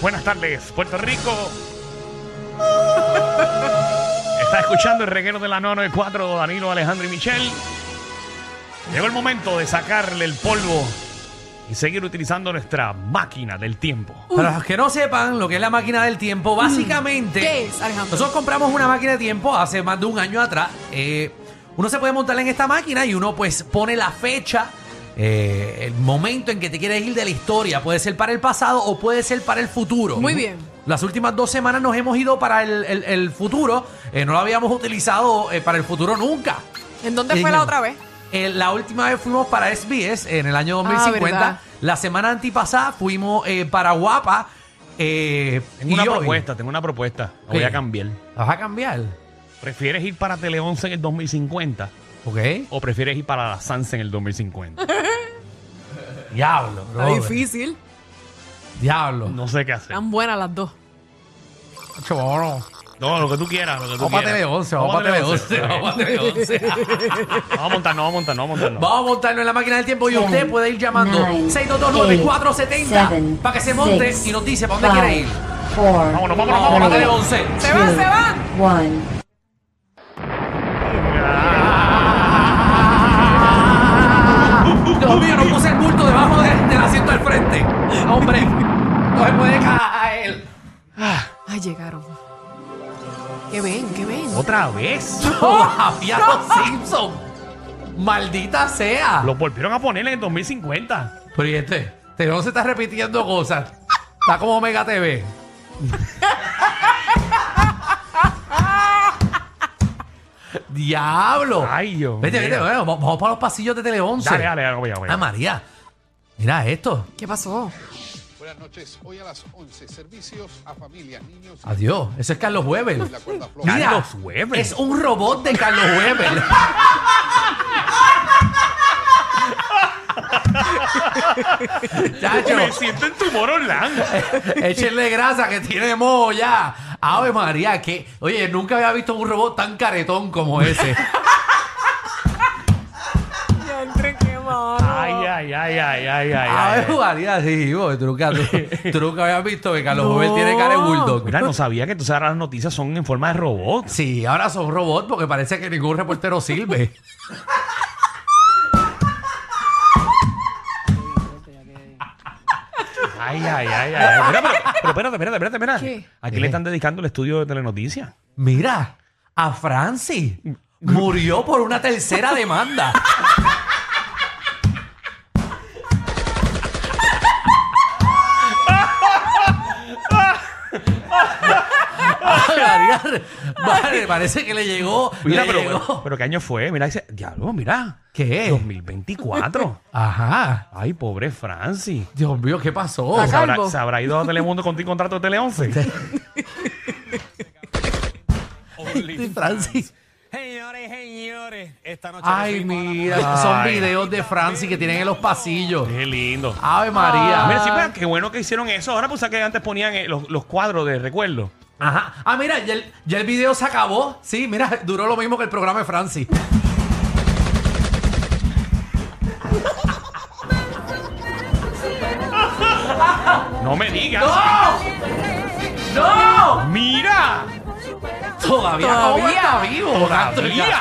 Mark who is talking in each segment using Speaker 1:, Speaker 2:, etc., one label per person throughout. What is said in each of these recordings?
Speaker 1: Buenas tardes, Puerto Rico. Está escuchando el reguero de la 994, Danilo, Alejandro y Michelle. Llegó el momento de sacarle el polvo y seguir utilizando nuestra máquina del tiempo.
Speaker 2: Para los que no sepan lo que es la máquina del tiempo, básicamente.
Speaker 3: Mm. ¿Qué es, Alejandro?
Speaker 2: Nosotros compramos una máquina de tiempo hace más de un año atrás. Eh, uno se puede montar en esta máquina y uno, pues, pone la fecha, eh, el momento en que te quieres ir de la historia. Puede ser para el pasado o puede ser para el futuro.
Speaker 3: Muy bien.
Speaker 2: Las últimas dos semanas nos hemos ido para el, el- el futuro. Eh, no lo habíamos utilizado eh, para el futuro nunca.
Speaker 3: ¿En dónde
Speaker 2: Sí,
Speaker 3: fue
Speaker 2: señor.
Speaker 3: la otra vez? Ah,
Speaker 2: Eh, la última vez fuimos para SBS en el año
Speaker 3: verdad.
Speaker 2: 2050. la semana antipasada fuimos eh, para Guapa. eh,
Speaker 1: Tengo una
Speaker 2: y hoy-
Speaker 1: propuesta, tengo una propuesta. La voy
Speaker 2: ¿Qué?
Speaker 1: a cambiar.
Speaker 2: ¿La vas a cambiar?
Speaker 1: ¿Prefieres ir para Tele 11 en el 2050
Speaker 2: ¿Ok?
Speaker 1: o prefieres ir para la Sanse en el 2050?
Speaker 2: Diablo,
Speaker 3: Está
Speaker 2: brother.
Speaker 3: difícil.
Speaker 2: Diablo.
Speaker 1: No sé qué hacer.
Speaker 3: Están buenas las dos.
Speaker 2: Choro.
Speaker 1: No, lo que tú quieras, lo que tú
Speaker 2: Vamos para
Speaker 1: quieras.
Speaker 2: Tele11, vamos para Tele11,
Speaker 1: Ok.
Speaker 2: vamos para Tele11.
Speaker 1: Vamos a montarnos, vamos a montarnos, vamos a montarnos.
Speaker 2: Vamos a montarlo en la máquina del tiempo y
Speaker 4: Seven,
Speaker 2: usted puede ir llamando
Speaker 4: nine,
Speaker 2: 6229470
Speaker 4: eight,
Speaker 2: para que se monte
Speaker 4: six,
Speaker 2: y nos dice para dónde quiere ir.
Speaker 4: Four,
Speaker 1: Vámonos, vámonos,
Speaker 2: Vamos para
Speaker 1: vámonos.
Speaker 2: Tele11.
Speaker 3: ¡Se van, se van!
Speaker 4: One.
Speaker 1: Ah.
Speaker 2: Dios mío, no puse el bulto debajo de- del asiento al frente. Hombre, no se puede caer.
Speaker 3: Ay, Ah, llegaron. ¿Qué ven? ¿Qué ven?
Speaker 2: Oh.
Speaker 1: ¿Otra vez?
Speaker 2: Todavía los Simpson. Maldita sea.
Speaker 1: Lo volvieron a poner en el 2050.
Speaker 2: Pero y este, este no se está repitiendo cosas. Está como Mega TV. Diablo.
Speaker 1: Ay, Dios
Speaker 2: Vete,
Speaker 1: mío.
Speaker 2: vete, bueno, vamos, vamos para los pasillos de Tele 11.
Speaker 1: Dale, dale, dale, voy, voy.
Speaker 2: Ah, María. Mira esto.
Speaker 3: ¿Qué pasó?
Speaker 5: Buenas noches. Hoy a las 11, servicios a familias, niños y
Speaker 2: Adiós. Eso es Carlos Weber.
Speaker 5: la cuerda floja.
Speaker 2: Mira,
Speaker 1: Carlos Weber.
Speaker 2: Es un robot de Carlos Weber. Chacho,
Speaker 1: Me siento en tumor Orlando.
Speaker 2: échenle grasa que tiene moho ya. Ave María, que. Oye, nunca había visto un robot tan caretón como ese.
Speaker 3: Ya entré, qué malo.
Speaker 1: Ay, ay, ay, ay, ay, ay. ay.
Speaker 2: Ave María, sí, porque tú nunca, tú- tú nunca habías visto que Carlos
Speaker 3: No.
Speaker 2: Weber tiene cara de bulldog.
Speaker 1: Mira, no sabía que entonces ahora las noticias son en forma de robot.
Speaker 2: Sí, ahora son robots porque parece que ningún reportero sirve.
Speaker 1: Ay, ay, ay, ay. Mira, pero, pero espérate, espérate, espérate, espérate.
Speaker 3: ¿Qué?
Speaker 1: Aquí
Speaker 2: ¿Qué?
Speaker 1: le están dedicando el estudio de Telenoticias.
Speaker 2: Mira, a Francis murió por una tercera demanda. Ay, María, vale, parece que le llegó.
Speaker 1: Mira,
Speaker 2: le
Speaker 1: pero,
Speaker 2: llegó.
Speaker 1: pero ¿qué año fue? Mira, dice, diablo, mira.
Speaker 2: ¿Qué?
Speaker 1: 2024.
Speaker 2: Ajá.
Speaker 1: Ay, pobre Francis.
Speaker 2: Dios mío, ¿qué pasó?
Speaker 3: Acá-
Speaker 1: ¿Se habrá,
Speaker 3: calvo.
Speaker 1: se habrá ido a Telemundo con tu contrato de Tele 11?
Speaker 2: Francis.
Speaker 6: Señores, señores, esta noche.
Speaker 2: Ay,
Speaker 6: recibimos a la
Speaker 2: mira,
Speaker 1: Ay.
Speaker 2: son videos de Francis que tienen en los pasillos.
Speaker 1: Qué lindo. Ah,
Speaker 2: Ave María.
Speaker 1: Mira, sí, pero qué bueno que hicieron eso. Ahora pues que antes ponían eh, los, los cuadros de recuerdo.
Speaker 2: Ajá. Ah, mira, ya el, ya el video se acabó. Sí, mira, duró lo mismo que el programa de Francis.
Speaker 1: No me digas.
Speaker 2: ¡No!
Speaker 1: ¡Mira!
Speaker 2: Todavía, Cobo
Speaker 3: Todavía.
Speaker 2: está vivo.
Speaker 1: Todavía.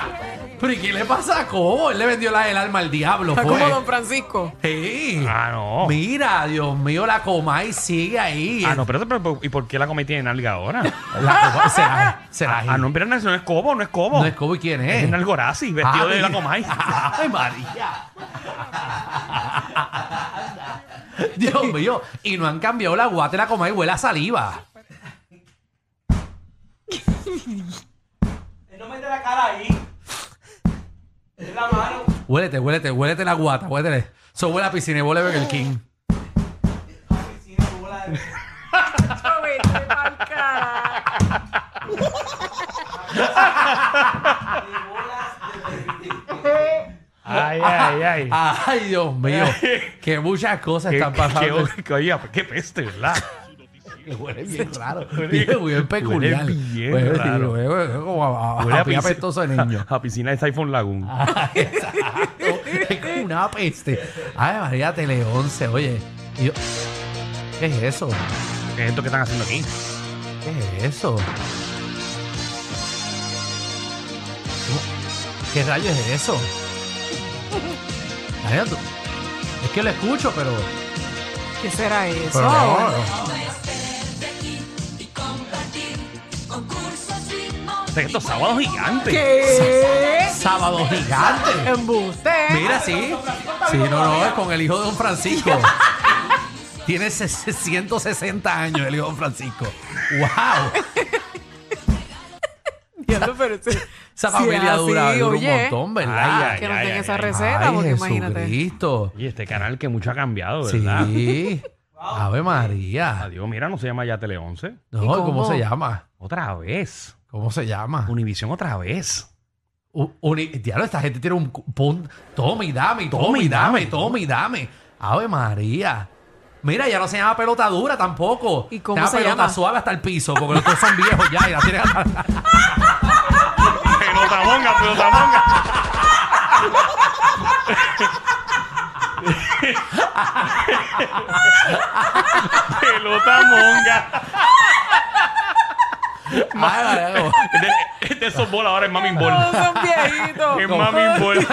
Speaker 2: Pero ¿y qué le pasa a Cobo? Él le vendió la, el alma al diablo,
Speaker 3: Está como Don
Speaker 2: fue.
Speaker 3: Francisco.
Speaker 2: Sí.
Speaker 1: Ah, no.
Speaker 2: Mira, Dios mío, la Comay sigue ahí.
Speaker 1: Ah, no, pero, pero- pero, ¿y por qué la comí tiene nalga ahora?
Speaker 2: La Comay será, será
Speaker 1: Ah, no, pero no es no es Cobo, no es Cobo.
Speaker 2: No es Cobo, ¿y quién es?
Speaker 1: Es Nalgorazi, vestido de la Comay.
Speaker 2: Ay, María. Dios mío, y no han cambiado la guate, la Comay huele a saliva.
Speaker 6: No mete la cara ahí. Es la mano.
Speaker 2: Huélete, huélete, huélete la guata, huélete. Eso huele a piscina y huele a Burger King.
Speaker 1: Ay, ay, ay.
Speaker 2: Ay, Dios mío. que muchas cosas
Speaker 1: Qué-
Speaker 2: están pasando.
Speaker 1: qué- qué- oiga, qué peste, ¿verdad?
Speaker 2: Huele bien raro.
Speaker 1: Huele-
Speaker 2: Bien, bien peculiar.
Speaker 1: huele bien
Speaker 2: Huele-
Speaker 1: raro.
Speaker 2: Huele, huele como a, a,
Speaker 1: Huele
Speaker 2: a pía
Speaker 1: pisci-
Speaker 2: Ah, apestoso de niño. Ah.
Speaker 1: A piscina de Siphon Lagoon.
Speaker 2: es como una peste. Ay, María Tele 11, oye. Y yo- ¿Qué es eso?
Speaker 1: ¿Qué es esto que están haciendo aquí?
Speaker 2: ¿Qué es eso? ¿Qué rayos es eso? Daniel, tú- Es que lo escucho, pero.
Speaker 3: ¿Qué será eso?
Speaker 2: pero no, no.
Speaker 1: O sea, estos sábados gigantes.
Speaker 3: ¿Qué?
Speaker 2: Sábado gigante.
Speaker 3: Embuste.
Speaker 2: Mira, sí. Sí, no, no, es con el hijo de Don Francisco. Tiene ses- 160 años el hijo de Don Francisco. ¡Wow!
Speaker 3: Diablo, pero ese-
Speaker 2: Esa
Speaker 3: si es
Speaker 2: familia
Speaker 3: así,
Speaker 2: dura, dura un
Speaker 3: ah, oye,
Speaker 2: montón, ¿verdad?
Speaker 1: Ay,
Speaker 3: Que no
Speaker 1: ay,
Speaker 3: tenga
Speaker 1: ay,
Speaker 3: esa
Speaker 1: ay.
Speaker 3: receta, porque imagínate.
Speaker 2: Jesucristo.
Speaker 1: Oye, este canal que mucho ha cambiado, ¿verdad?
Speaker 2: Sí. Ave María.
Speaker 1: Adiós, mira, no se llama ya Tele 11.
Speaker 2: No,
Speaker 3: ¿Y
Speaker 2: ¿cómo?
Speaker 3: cómo?
Speaker 2: se llama?
Speaker 1: Otra vez.
Speaker 2: ¿Cómo se llama?
Speaker 1: Univisión otra vez.
Speaker 2: Un- uni- diablo, esta gente tiene un cu- pun- Tommy, dame,
Speaker 1: Tommy,
Speaker 2: Tommy, dame,
Speaker 1: dame.
Speaker 2: Tommy, dame. Ave María. Mira, ya no se llama pelota dura tampoco.
Speaker 3: ¿Y cómo
Speaker 2: Se llama
Speaker 3: se
Speaker 2: pelota
Speaker 3: llama?
Speaker 2: suave hasta el piso, porque los dos son viejos ya y la tienen hasta-
Speaker 1: Pelota monga, pelota monga. pelota monga.
Speaker 2: Ay, vale, como-
Speaker 1: Este, este softball ahora es mami ball.
Speaker 3: Todos son viejitos.
Speaker 1: Es mami ball.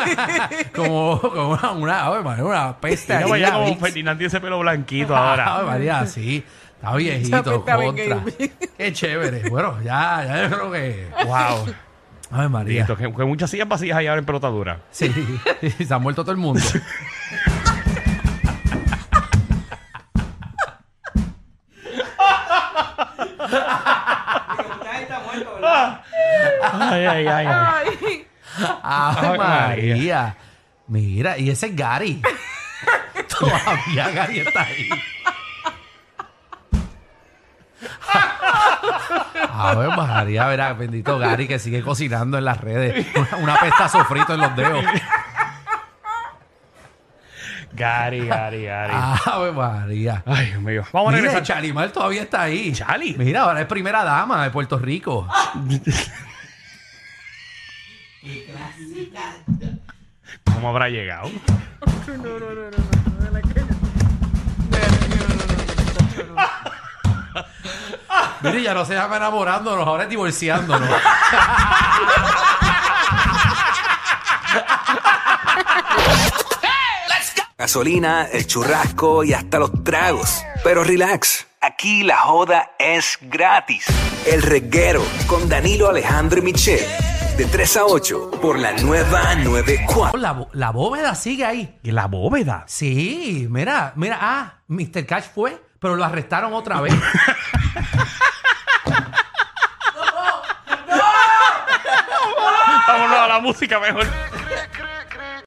Speaker 2: como, como una, una, ave María, una peste.
Speaker 1: Mira,
Speaker 2: ahí,
Speaker 1: vaya
Speaker 2: la
Speaker 1: como
Speaker 2: Vicks.
Speaker 1: Ferdinand tiene ese pelo blanquito
Speaker 2: Ave
Speaker 1: ahora.
Speaker 2: María, sí. Está viejito,
Speaker 3: Esa peste
Speaker 2: contra.
Speaker 3: bien
Speaker 2: Qué chévere. Bueno, ya, ya yo creo que...
Speaker 1: Wow.
Speaker 2: Ave María.
Speaker 1: Listo, que, que muchas sillas vacías hay ahora en pelota dura.
Speaker 2: Sí, se ha muerto todo el mundo.
Speaker 6: Ahí está muerto, ¿verdad?
Speaker 1: Ay, ay, ay. ay.
Speaker 3: Ay,
Speaker 2: Ave
Speaker 1: Ave María.
Speaker 2: María. Mira, y ese es Gary. Todavía Gary está ahí. Ave María, verá, bendito Gary que sigue cocinando en las redes. Una, una pesta sofrito en los dedos.
Speaker 1: Gary, Gary, Gary.
Speaker 2: Ave María.
Speaker 1: Ay, Dios mío. Vamos a
Speaker 2: Mira,
Speaker 1: regresar.
Speaker 2: Chalimar todavía está ahí.
Speaker 1: Chali.
Speaker 2: Mira, ahora es primera dama de Puerto Rico.
Speaker 1: ¿Cómo habrá llegado?
Speaker 2: Mire, ya no se llama enamorándonos, ahora es divorciándonos.
Speaker 4: gasolina, el churrasco y hasta los tragos. Pero relax, aquí la joda es gratis. El reguero con Danilo Alejandro y Michel, de 3 a 8 por la nueva 94.
Speaker 2: La, bo- la bóveda sigue ahí.
Speaker 1: En la bóveda.
Speaker 2: Sí, mira, mira, ah, Mr. Cash fue, pero lo arrestaron otra vez.
Speaker 1: Vámonos a la música mejor.